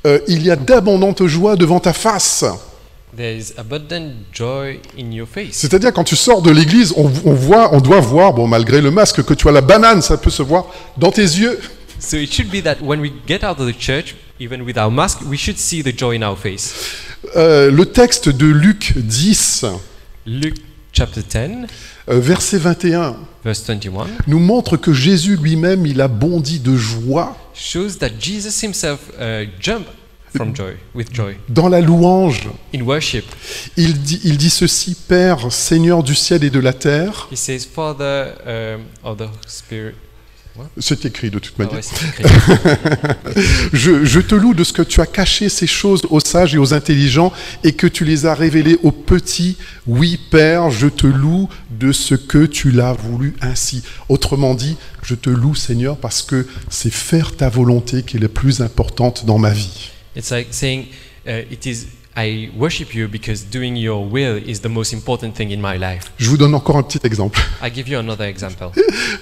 S4: Euh, il y a d'abondantes joies devant ta face.
S2: There is abundant joy in your face.
S4: C'est-à-dire quand tu sors de l'église, on, on voit, on doit voir, bon malgré le masque, que tu as la banane, ça peut se voir dans tes yeux.
S2: So it should be that when we get out of the church, even with our mask, we should see the joy in our face.
S4: Euh, le texte de Luc 10,
S2: Luke chapter 10,
S4: Euh, Verset 21
S2: verse 21,
S4: nous montre que Jésus lui-même, il a bondi de joie
S2: shows that Jesus himself uh, jumped from joy, with joy,
S4: dans la louange.
S2: in worship.
S4: Il dit, il dit ceci, Père, Seigneur du ciel et de la terre.
S2: He says, Father um, of the Spirit.
S4: C'est écrit de toute
S2: Ah
S4: manière.
S2: ouais, c'est écrit.
S4: Je, je te loue de ce que tu as caché ces choses aux sages et aux intelligents et que tu les as révélées aux petits. Oui, Père, je te loue de ce que tu l'as voulu ainsi. Autrement dit, je te loue, Seigneur, parce que c'est faire ta volonté qui est la plus importante dans ma vie.
S2: It's like saying, uh, it is. I worship you because doing your will is the most important thing in my life.
S4: Je vous donne encore un petit exemple.
S2: I give you another example.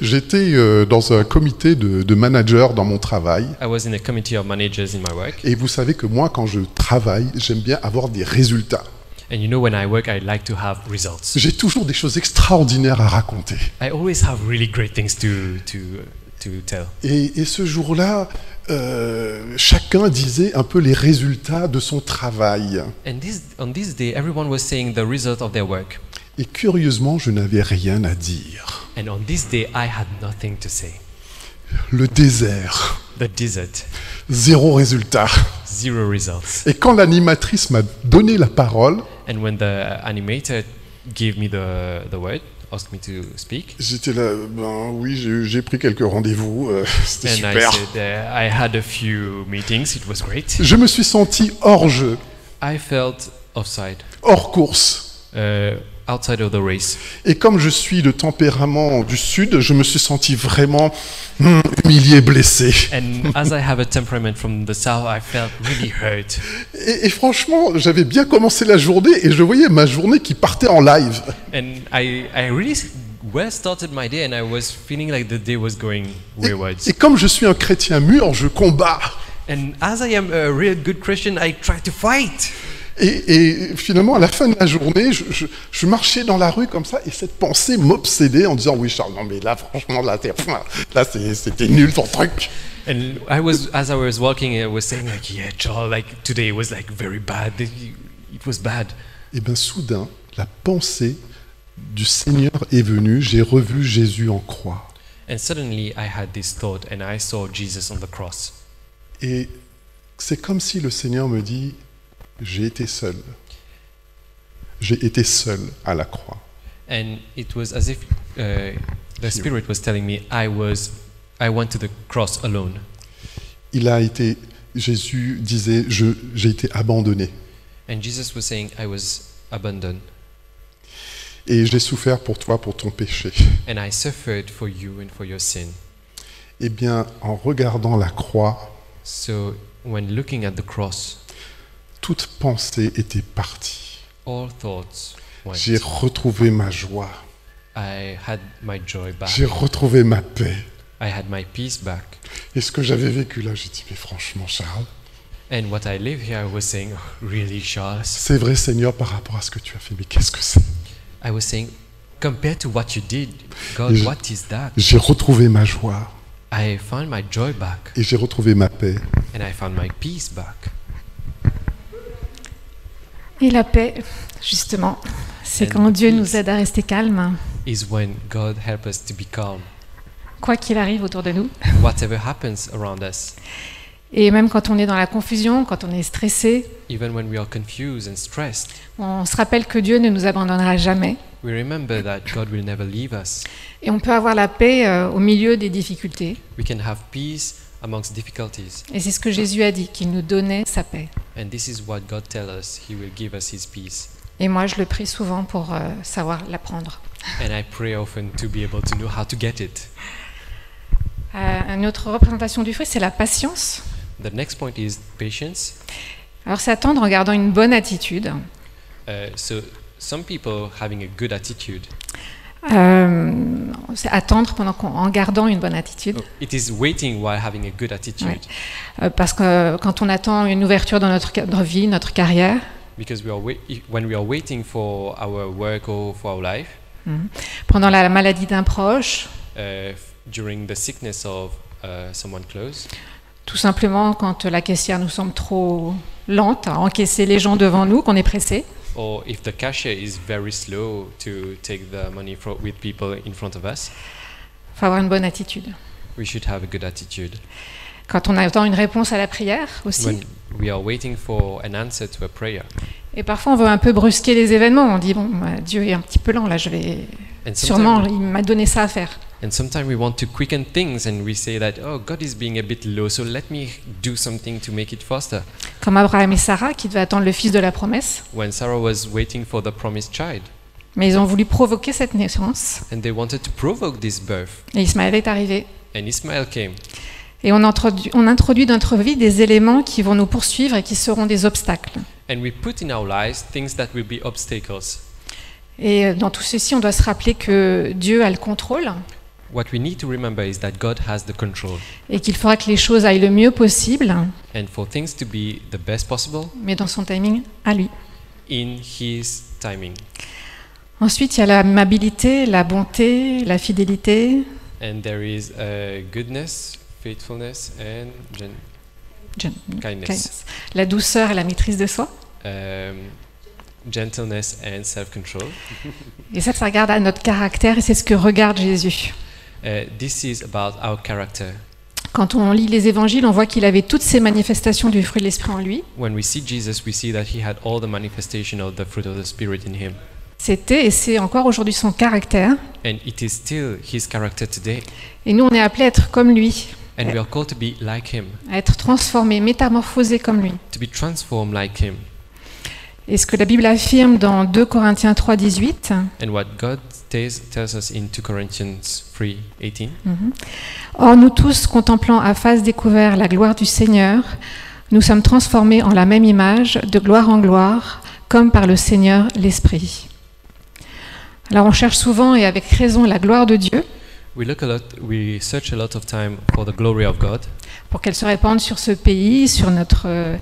S4: J'étais euh, dans un comité de, de managers dans mon travail.
S2: I was in a committee of managers in my work,
S4: Et vous savez que moi, quand je travaille, j'aime bien avoir des résultats.
S2: and you know when I work, I like to have results.
S4: J'ai toujours des choses extraordinaires à raconter.
S2: I always have really great things to to to tell.
S4: Et, et ce jour-là, euh, chacun disait un peu les résultats de son travail.
S2: And this on this day, everyone was saying the result of their work,
S4: Et curieusement, je n'avais rien à dire.
S2: and on this day, I had nothing to say.
S4: Le désert,
S2: The desert,
S4: zéro résultat.
S2: zero results.
S4: Et quand l'animatrice m'a donné la parole,
S2: And when the animator gave me the the word, asked me to speak,
S4: j'étais là, ben oui, j'ai- j'ai pris quelques rendez-vous, euh, c'était
S2: and
S4: super.
S2: I said uh, I had a few meetings. It was great.
S4: Je me suis senti hors jeu,
S2: I felt offside,
S4: hors course.
S2: uh, outside of the race.
S4: Et comme je suis de tempérament du Sud, je me suis senti vraiment hum, humilié, blessé.
S2: And as I have a temperament from the south, I felt really hurt.
S4: Et, et franchement, j'avais bien commencé la journée et je voyais ma journée qui partait en live.
S2: And I, I really well started my day, and I was feeling like the day was going weird.
S4: Et comme je suis un chrétien mûr, je combats.
S2: And as I am a real good Christian, I try to fight.
S4: Et, et finalement, à la fin de la journée, je, je- je marchais dans la rue comme ça et cette pensée m'obsédait en disant Oui, Charles, non, mais là, franchement, là, t'es- là c'est- c'était nul ton truc.
S2: And I was, as I was walking, I was saying like, yeah, Charles, like today was like very bad. It was bad.
S4: Et bien, soudain, la pensée du Seigneur est venue j'ai revu Jésus en croix.
S2: And suddenly I had this thought, and I saw Jesus on the cross.
S4: Et c'est comme si le Seigneur me dit J'ai été seul. J'ai été seul à la croix.
S2: And it was as if uh, the Spirit was telling me I was, I went to the cross alone.
S4: Il a été, Jésus disait, Je- j'ai été abandonné
S2: And Jesus was saying I was abandoned.
S4: et j'ai souffert pour toi, pour ton péché.
S2: and I suffered for you and for your sin.
S4: Eh bien, en regardant la croix,
S2: So when looking at the cross,
S4: toute pensée était partie.
S2: all thoughts went.
S4: J'ai retrouvé ma joie,
S2: I had my joy back.
S4: j'ai retrouvé ma paix.
S2: I had my peace back.
S4: Et ce que j'avais vécu là, j'ai dit, mais franchement, Charles,
S2: And what I live here, I was saying, "Oh, really, Charles?
S4: c'est vrai, Seigneur, par rapport à ce que tu as fait, mais qu'est-ce que c'est
S2: I was saying, compared to what you did,
S4: Je-
S2: God, what is that?
S4: J'ai retrouvé ma joie
S2: I found my joy back,
S4: et j'ai retrouvé ma paix.
S2: and I found my peace back.
S5: Et la paix, justement, c'est
S2: And
S5: quand
S2: the
S5: Dieu
S2: peace.
S5: nous aide à rester calme,
S2: Is when God helps us to be calm,
S5: quoi qu'il arrive autour de nous.
S2: whatever happens around us,
S5: Et même quand on est dans la confusion, quand on est stressé,
S2: even when we are confused and stressed.
S5: on se rappelle que Dieu ne nous abandonnera jamais.
S2: We remember that God will never leave us.
S5: Et on peut avoir la paix euh, au milieu des difficultés.
S2: We can have peace amongst difficulties.
S5: Et c'est ce que Jésus a dit, qu'il nous donnait sa paix.
S2: And this is what God tells us. He will give us His peace.
S5: Et moi, je le prie souvent pour euh, savoir la prendre.
S2: And I pray often to be able to know how to get it.
S5: Euh, une autre représentation du fruit, c'est la patience.
S2: The next point is patience.
S5: Alors c'est attendre en gardant une bonne attitude.
S2: Uh, so, some people having a good attitude,
S5: Euh, c'est attendre pendant qu'on- en gardant une bonne attitude.
S2: it is waiting while having a good attitude.
S5: Euh, parce que euh, quand on attend une ouverture dans notre, ca- dans vie, notre carrière,
S2: Because we are wai- if- when we are waiting for our work or for our life,
S5: pendant la maladie d'un proche,
S2: uh, f- during the sickness of uh, someone close,
S5: tout simplement quand la caissière nous semble trop lente à encaisser les gens devant nous, qu'on est pressé,
S2: or if the cashier is very slow to take the money fro- with people in front of us,
S5: faut avoir une bonne attitude.
S2: we should have a good attitude.
S5: Quand on attend une réponse à la prière aussi,
S2: When we are waiting for an answer to a prayer,
S5: et parfois on veut un peu brusquer les événements, on dit bon, euh, Dieu est un petit peu lent là, je vais
S2: and
S5: sûrement,
S2: sometimes,
S5: il m'a donné ça à faire.
S2: and sometimes we want to quicken things and we say that, oh, God is being a bit low, so let me do something to make it faster.
S5: Comme Abraham et Sarah qui devaient attendre le fils de la promesse,
S2: When Sarah was waiting for the promised child,
S5: mais ils ont voulu provoquer cette naissance,
S2: and they wanted to provoke this birth,
S5: et Ismaël est arrivé.
S2: and Ismael came.
S5: Et on introduit, on introduit dans notre vie des éléments qui vont nous poursuivre et qui seront des obstacles.
S2: And we put in our lives things that will be obstacles.
S5: Et euh, dans tout ceci, on doit se rappeler que Dieu a le contrôle
S2: What we need to remember is that God has the control.
S5: et qu'il faudra que les choses aillent le mieux possible,
S2: And for things to be the best possible
S5: mais dans son timing à lui.
S2: in His timing.
S5: Ensuite, il y a l'amabilité, la bonté, la fidélité,
S2: And there is uh, goodness, faithfulness, and gen-
S5: gen-
S2: kindness,
S5: la douceur et la maîtrise de soi.
S2: um, gentleness, and self control.
S5: Et ça, ça regarde à notre caractère et c'est ce que regarde Jésus.
S2: Uh, this is about our character.
S5: Quand on lit les évangiles, on voit qu'il avait toutes ces manifestations du fruit de l'esprit en lui.
S2: When we see Jesus, we see that He had all the manifestation of the fruit of the Spirit in Him.
S5: C'était et c'est encore aujourd'hui son caractère.
S2: And it is still His character today.
S5: Et nous, on est appelés à être comme lui,
S2: And we are called to be like Him,
S5: à être transformés, métamorphosés comme lui.
S2: to be transformed like Him.
S5: Et ce que la Bible affirme dans 2 Corinthiens 3, 18,
S2: And what God tells, tells us in 2 Corinthians 3 18
S5: Or nous tous, contemplant à face découverte la gloire du Seigneur, nous sommes transformés en la même image, de gloire en gloire, comme par le Seigneur l'Esprit. Alors on cherche souvent et avec raison la gloire de Dieu
S2: We look a lot, we search a lot of time for the glory of God
S5: pour qu'elle se répande sur ce pays, sur notre, euh,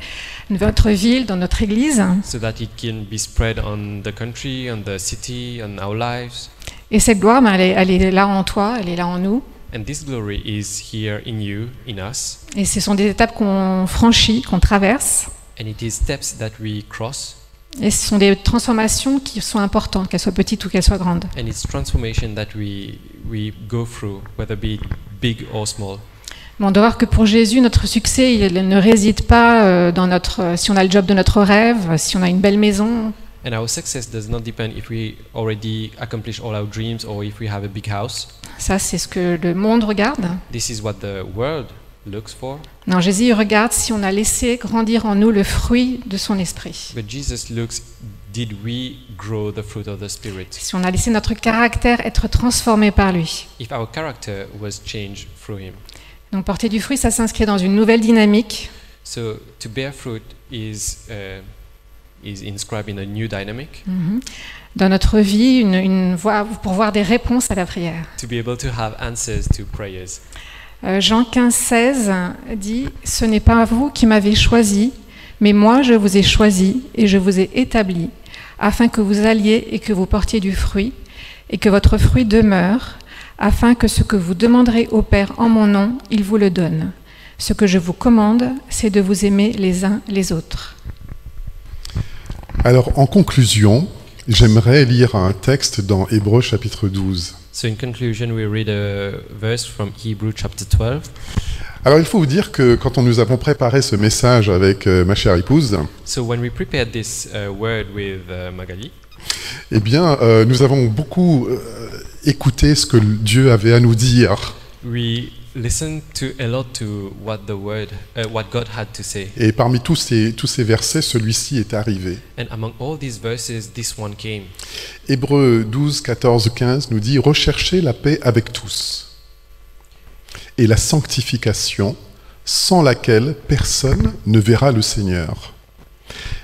S5: notre ville, dans notre église.
S2: so that it can be spread on the country, on the city, on our lives.
S5: Et cette gloire, ben, elle, est, elle est là en toi, elle est là en nous.
S2: And this glory is here in you, in us.
S5: Et ce sont des étapes qu'on franchit, qu'on traverse.
S2: And it is steps that we cross,
S5: Et ce sont des transformations qui sont importantes, qu'elles soient petites ou qu'elles soient grandes.
S2: and it's transformation that we, we go through, whether be it big or small.
S5: Bon, on doit voir que pour Jésus, notre succès il ne réside pas euh, dans notre. euh, Si on a le job de notre rêve, si on a une belle maison,
S2: And our success does not depend if we already accomplish all our dreams or if we have a big house.
S5: ça c'est ce que le monde regarde.
S2: This is what the world looks for.
S5: Non, Jésus il regarde si on a laissé grandir en nous le fruit de son esprit.
S2: But Jesus looks, did we grow the fruit of the Spirit?
S5: Si on a laissé notre caractère être transformé par lui.
S2: If our character was changed through Him.
S5: Donc porter du fruit, ça s'inscrit dans une nouvelle dynamique.
S2: So to bear fruit is, uh, is inscribed in a new dynamic,
S5: mm-hmm, Dans notre vie, une, une voie pour voir des réponses à la prière.
S2: to be able to have answers to prayers.
S5: Euh, Jean 15, 16 dit Ce n'est pas vous qui m'avez choisi, mais moi je vous ai choisi et je vous ai établi, afin que vous alliez et que vous portiez du fruit, et que votre fruit demeure, afin que ce que vous demanderez au Père en mon nom, il vous le donne. Ce que je vous commande, c'est de vous aimer les uns les autres.
S4: Alors, en conclusion, j'aimerais lire un texte dans Hébreux chapitre 12.
S2: So in conclusion, we read a verse from Hebrew chapter 12.
S4: Alors, il faut vous dire que quand on nous avons préparé ce message avec euh, ma chère épouse,
S2: So when we prepared this uh, word with uh, Magali,
S4: eh bien, euh, nous avons beaucoup euh, écouté ce que Dieu avait à nous dire.
S2: we listened to a lot to what the word, uh, what God had to say.
S4: Et parmi tous ces, tous ces versets, celui-ci est arrivé.
S2: And among all these verses, this one came.
S4: Hébreux 12, 14, 15 nous dit Recherchez la paix avec tous et la sanctification, sans laquelle personne ne verra le Seigneur.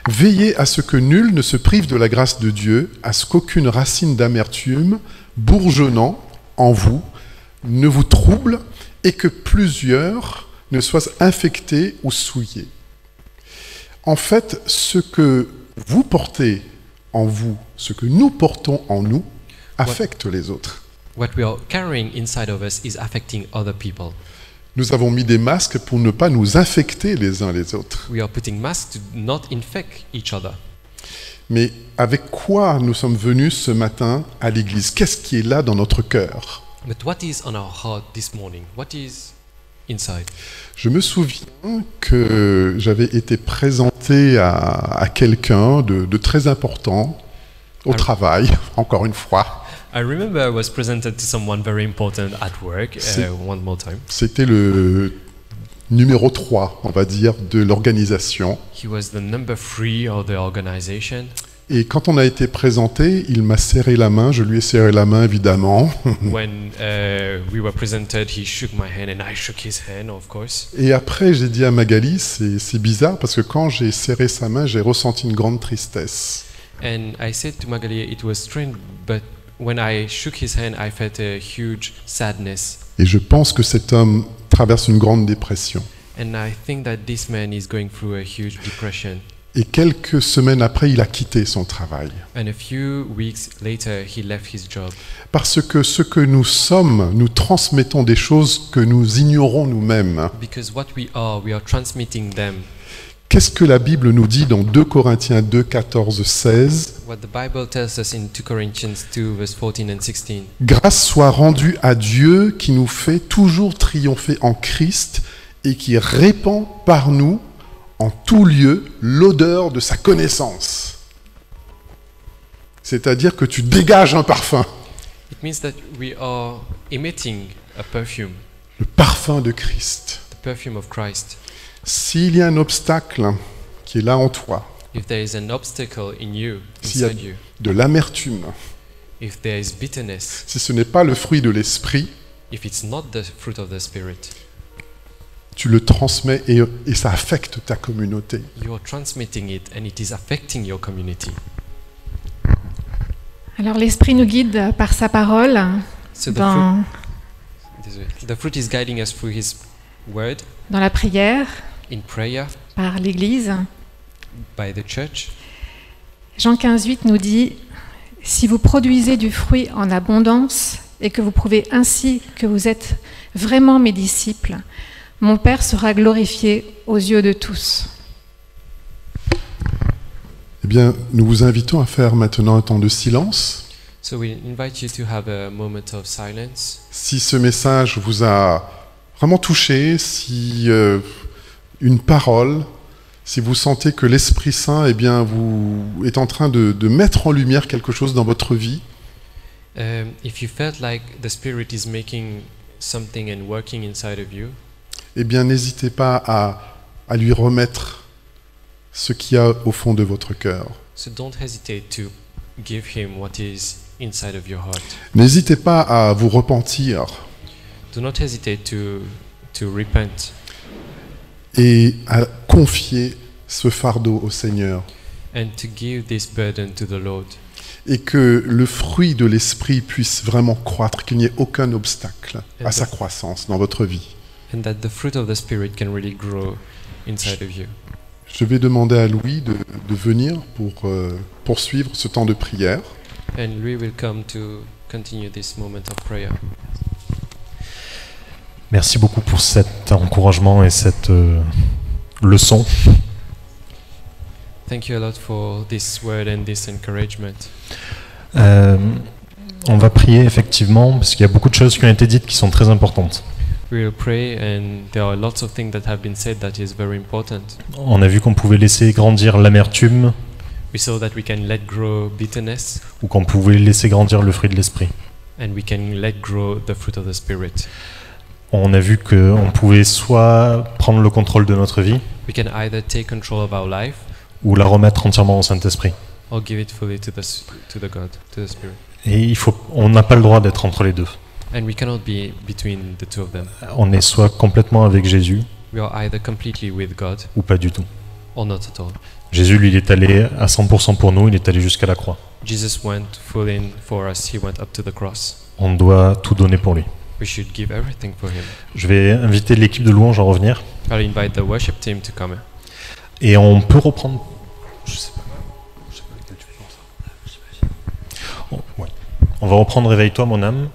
S4: Veillez à ce que nul ne se prive de la grâce de Dieu, à ce qu'aucune racine d'amertume, bourgeonnant en vous, ne vous trouble et que plusieurs ne soient infectés ou souillés. En fait, ce que vous portez en vous, ce que nous portons en nous, affecte les autres.
S2: What we are carrying inside of us is affecting other people.
S4: Nous avons mis des masques pour ne pas nous infecter les uns les autres.
S2: We are putting masks to not infect each other.
S4: Mais avec quoi nous sommes venus ce matin à l'église Qu'est-ce qui est là dans notre cœur
S2: But what is on our heart this morning? What is inside?
S4: Je me souviens que j'avais été présenté à, à quelqu'un de, de très important au
S2: Ah.
S4: travail, encore une fois.
S2: I remember I was presented to someone very important at work
S4: C'est-
S2: uh, one more time.
S4: C'était le numéro 3, on va dire, de l'organisation.
S2: He was the number three of the organization.
S4: Et quand on a été présenté, il m'a serré la main, je lui ai serré la main évidemment.
S2: when uh, we were presented, he shook my hand and I shook his hand, of course.
S4: Et après, j'ai dit à Magali, c'est c'est bizarre parce que quand j'ai serré sa main, j'ai ressenti une grande tristesse.
S2: And I said to Magali, it was strange, but when I shook his hand, I felt a huge sadness.
S4: Et je pense que cet homme traverse une grande dépression.
S2: And I think that this man is going through a huge depression.
S4: Et quelques semaines après, il a quitté son travail.
S2: And a few weeks later, he left his job
S4: Parce que ce que nous sommes, nous transmettons des choses que nous ignorons nous-mêmes.
S2: because what we are, we are transmitting them.
S4: Qu'est-ce que la Bible nous dit dans 2 Corinthiens 2, 14, 16
S2: What the Bible tells us in 2 Corinthians 2, verse 14 and 16.
S4: Grâce soit rendue à Dieu qui nous fait toujours triompher en Christ et qui répand par nous en tout lieu l'odeur de sa connaissance. C'est-à-dire que tu dégages un parfum,
S2: It means that we are emitting a perfume,
S4: le parfum de Christ.
S2: the perfume of Christ.
S4: S'il y a un obstacle qui est là en toi,
S2: If there is an obstacle in you,
S4: s'il y a
S2: inside you,
S4: de l'amertume,
S2: if there is bitterness,
S4: si ce n'est pas le fruit de l'esprit,
S2: if it's not the fruit of the Spirit,
S4: tu le transmets et, et ça affecte ta communauté.
S2: you are transmitting it and it is affecting your community.
S5: Alors l'Esprit nous guide par sa parole
S2: So the,
S5: dans,
S2: fruit, désolé. the fruit is guiding us through His word,
S5: dans la prière,
S2: in prayer,
S5: par l'Église.
S2: by the church.
S5: Jean 15, 8 nous dit Si vous produisez du fruit en abondance et que vous prouvez ainsi que vous êtes vraiment mes disciples, mon Père sera glorifié aux yeux de tous.
S4: Eh bien, nous vous invitons à faire maintenant un temps de silence.
S2: So we invite you to have a moment of silence.
S4: Si ce message vous a vraiment touché, si euh, une parole, si vous sentez que l'Esprit Saint eh bien, vous est en train de, de mettre en lumière quelque chose dans votre vie,
S2: Um, if you felt like the Spirit is making something and working inside of you,
S4: eh bien n'hésitez pas à, à lui remettre ce qu'il y a au fond de votre cœur.
S2: so don't hesitate to give Him what is inside of your heart.
S4: N'hésitez pas à vous repentir
S2: Do not hesitate to to repent
S4: et à confier ce fardeau au Seigneur.
S2: and to give this burden to the Lord,
S4: Et que le fruit de l'Esprit puisse vraiment croître, qu'il n'y ait aucun obstacle à sa croissance dans votre vie.
S2: and that the fruit of the Spirit can really grow inside of you.
S4: Je vais demander à Louis de, de venir pour euh, poursuivre ce temps de prière.
S2: And we will come to continue this moment of prayer.
S1: Merci beaucoup pour cet encouragement et cette euh, leçon.
S2: Thank you a lot for this word and this encouragement.
S1: Euh, on va prier effectivement, parce qu'il y a beaucoup de choses qui ont été dites qui sont très importantes.
S2: We will pray, and there are lots of things that have been said that is very important.
S1: On a vu qu'on pouvait laisser grandir l'amertume
S2: We saw that we can let grow bitterness
S1: ou qu'on pouvait laisser grandir le fruit de l'esprit.
S2: and we can let grow the fruit of the Spirit.
S1: On a vu qu'on pouvait soit prendre le contrôle de notre vie
S2: We can either take control of our life
S1: ou la remettre entièrement au Saint-Esprit.
S2: or give it fully to the s- to the God, to the Spirit.
S1: Et il faut, on n'a pas le droit d'être entre les deux.
S2: And we cannot be between the two of them.
S1: On est soit complètement avec Jésus
S2: We are either completely with God
S1: ou pas du tout.
S2: or not at all.
S1: Jésus, lui, il est allé à 100% pour nous, il est allé jusqu'à la croix.
S2: Jesus went full in for us, he went up to the cross.
S1: On doit tout donner pour lui.
S2: We should give everything for him.
S1: Je vais inviter l'équipe de louange à revenir
S2: I'll invite the worship team to come.
S1: et on peut reprendre. Je sais pas. Je sais pas lequel tu prends, ça. On- Oh, ouais. On va reprendre Réveille-toi, mon âme.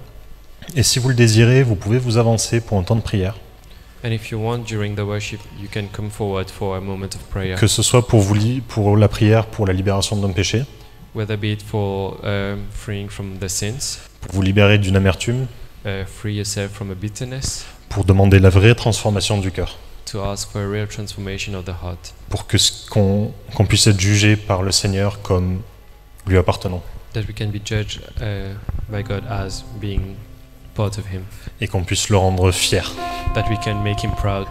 S1: Et si vous le désirez, vous pouvez vous avancer pour un temps de prière.
S2: And if you want, during the worship, you can come forward for a moment of prayer,
S1: que ce soit pour, vous li- pour la prière, pour la libération d'un péché,
S2: whether be it for um, freeing from the sins,
S1: pour vous libérer d'une amertume,
S2: uh, free yourself from a bitterness,
S1: pour demander la vraie transformation du cœur,
S2: to ask for a real transformation of the heart,
S1: pour que ce- qu'on qu'on puisse être jugé par le Seigneur comme lui appartenant,
S2: that we can be judged uh, by God as being part of Him,
S1: et qu'on puisse le rendre fier.
S2: that we can make Him proud.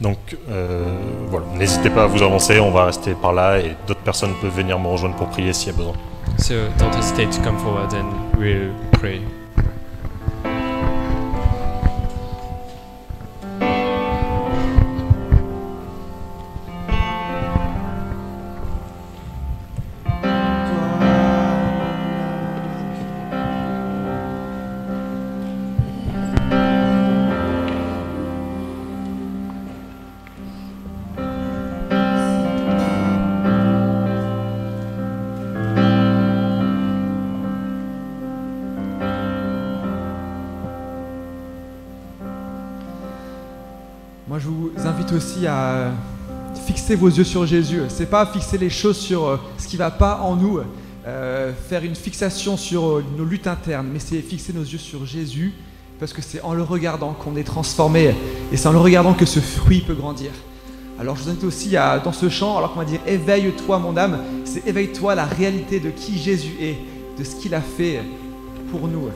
S1: Donc euh, voilà, n'hésitez pas à vous avancer, on va rester par là, et d'autres personnes peuvent venir me rejoindre pour prier s'il y a besoin.
S2: So don't hesitate to come forward and we'll pray.
S6: Moi, je vous invite aussi à fixer vos yeux sur Jésus. C'est pas fixer les choses sur euh, ce qui va pas en nous, euh, faire une fixation sur euh, nos luttes internes, mais c'est fixer nos yeux sur Jésus, parce que c'est en le regardant qu'on est transformé, et c'est en le regardant que ce fruit peut grandir. Alors, je vous invite aussi à, dans ce chant, alors qu'on va dire éveille-toi mon âme, c'est éveille-toi à la réalité de qui Jésus est, de ce qu'il a fait pour nous.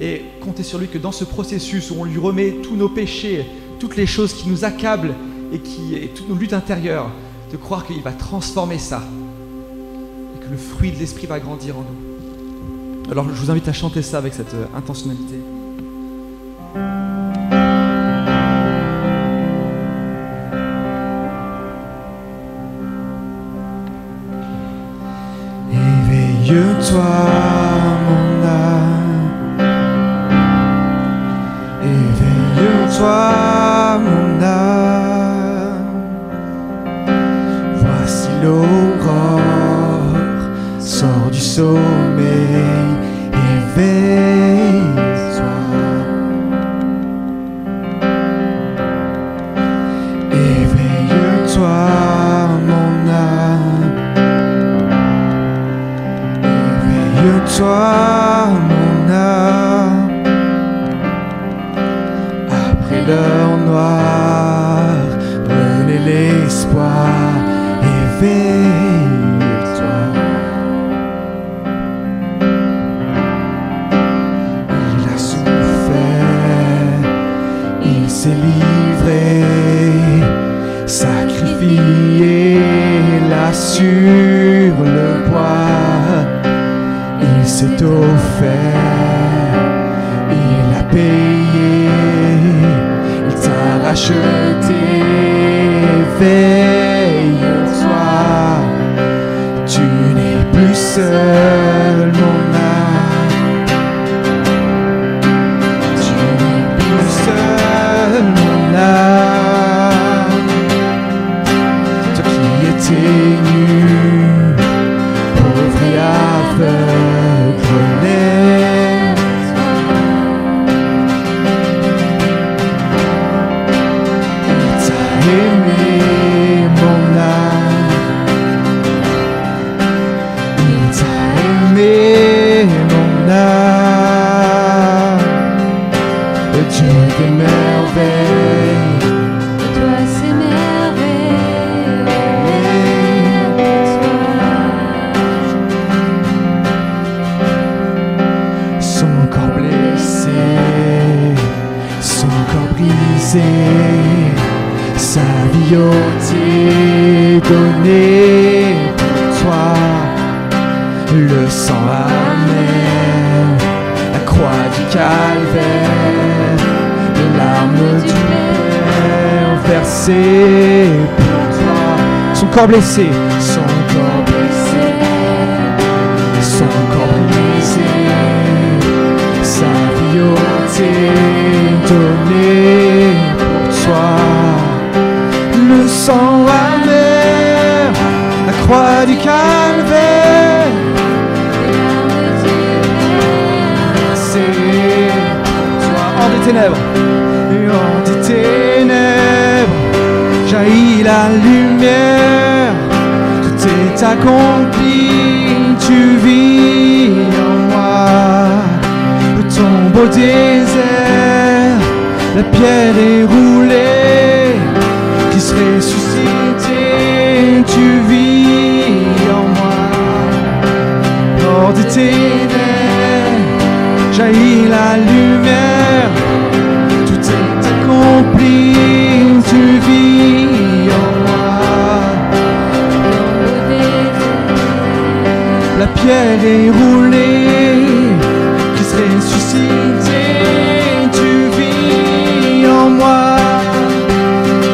S6: Et comptez sur lui que dans ce processus où on lui remet tous nos péchés, toutes les choses qui nous accablent et, qui, et toutes nos luttes intérieures, de croire qu'il va transformer ça et que le fruit de l'esprit va grandir en nous. Alors je vous invite à chanter ça avec cette euh, intentionnalité. Éveille-toi, mon âme. Éveille-toi, mon âme. Voici l'aurore, sors du sommeil. Éveille-toi. Éveille-toi, mon âme. Éveille-toi, mon âme, après l'heure noire, prenez l'espoir, éveille-toi. Il a souffert, il s'est livré, sacrifié là sur le bois. Il s'est offert, il a payé, il t'a racheté. Veille-toi, tu n'es plus seul, mon âme. Tu n'es plus seul, mon âme. Toi qui étais nu pauvre et aveugle naît. Il t'a aimé, mon âme. Il t'a aimé, mon âme. Le Dieu des merveilles.
S7: Toi s'émerveille,
S6: Son corps blessé, son corps brisé, sa vie ôtée, donnée pour toi. Le sang amer, la croix du calvaire, les larmes du Père versées pour toi. Son corps blessé, son corps blessé son corps brisé, sa vie ôtée, donnée pour toi. Le sang amer, la croix du calvaire, c'est pour toi. Hors des ténèbres, hors des jaillit la lumière, tout est accompli, tu vis en moi. Ton beau désert, la pierre est roulée, qui se ressuscité, tu vis en moi. Hors des ténèbres, jaillit la lumière, tout est accompli, tu vis en moi. La pierre est roulée, qui se ressuscité, tu vis en moi.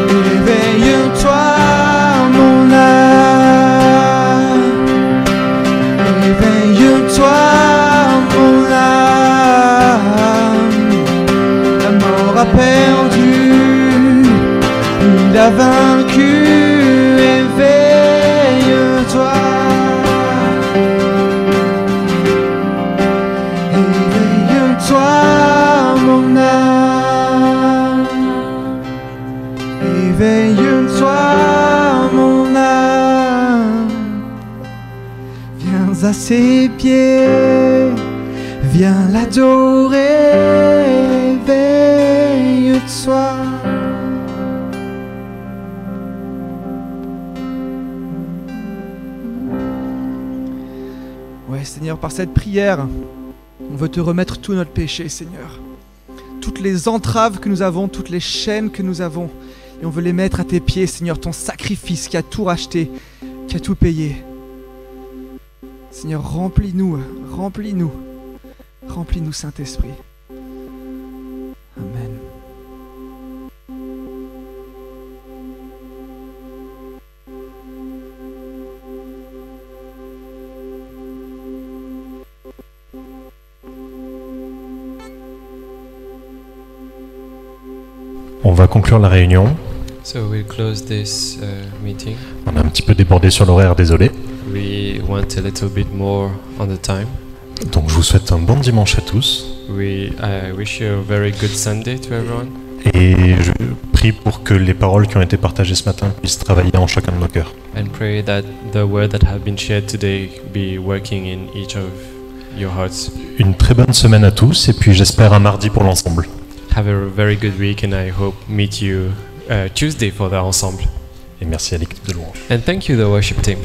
S6: Éveille-toi, mon âme. Éveille-toi, mon âme. La mort a perdu, il a vaincu. Éveille-toi. Éveille-toi, mon âme. Éveille-toi, mon âme. Viens à ses pieds, viens l'adorer, éveille-toi. Ouais Seigneur, par cette prière, on veut te remettre tout notre péché, Seigneur. Toutes les entraves que nous avons, toutes les chaînes que nous avons, et on veut les mettre à tes pieds, Seigneur, ton sacrifice qui a tout racheté, qui a tout payé. Seigneur, remplis-nous, remplis-nous, remplis-nous, Saint-Esprit. Amen.
S1: On va conclure la réunion.
S2: So we'll close this uh, meeting.
S1: On a un petit peu débordé sur l'horaire, désolé.
S2: We went a little bit more on the time.
S1: Donc je vous souhaite un bon dimanche à tous.
S2: We uh, wish you a very good Sunday to everyone.
S1: Et je prie pour que les paroles qui ont été partagées ce matin puissent travailler en chacun de nos cœurs.
S2: And pray that the word that have been shared today be working in each of your hearts.
S1: Une très bonne semaine à tous et puis j'espère un mardi pour l'ensemble.
S2: Have a very good week and I hope meet you uh, Tuesday for the ensemble.
S1: Et merci à l'équipe de Louange.
S2: And thank you the worship team.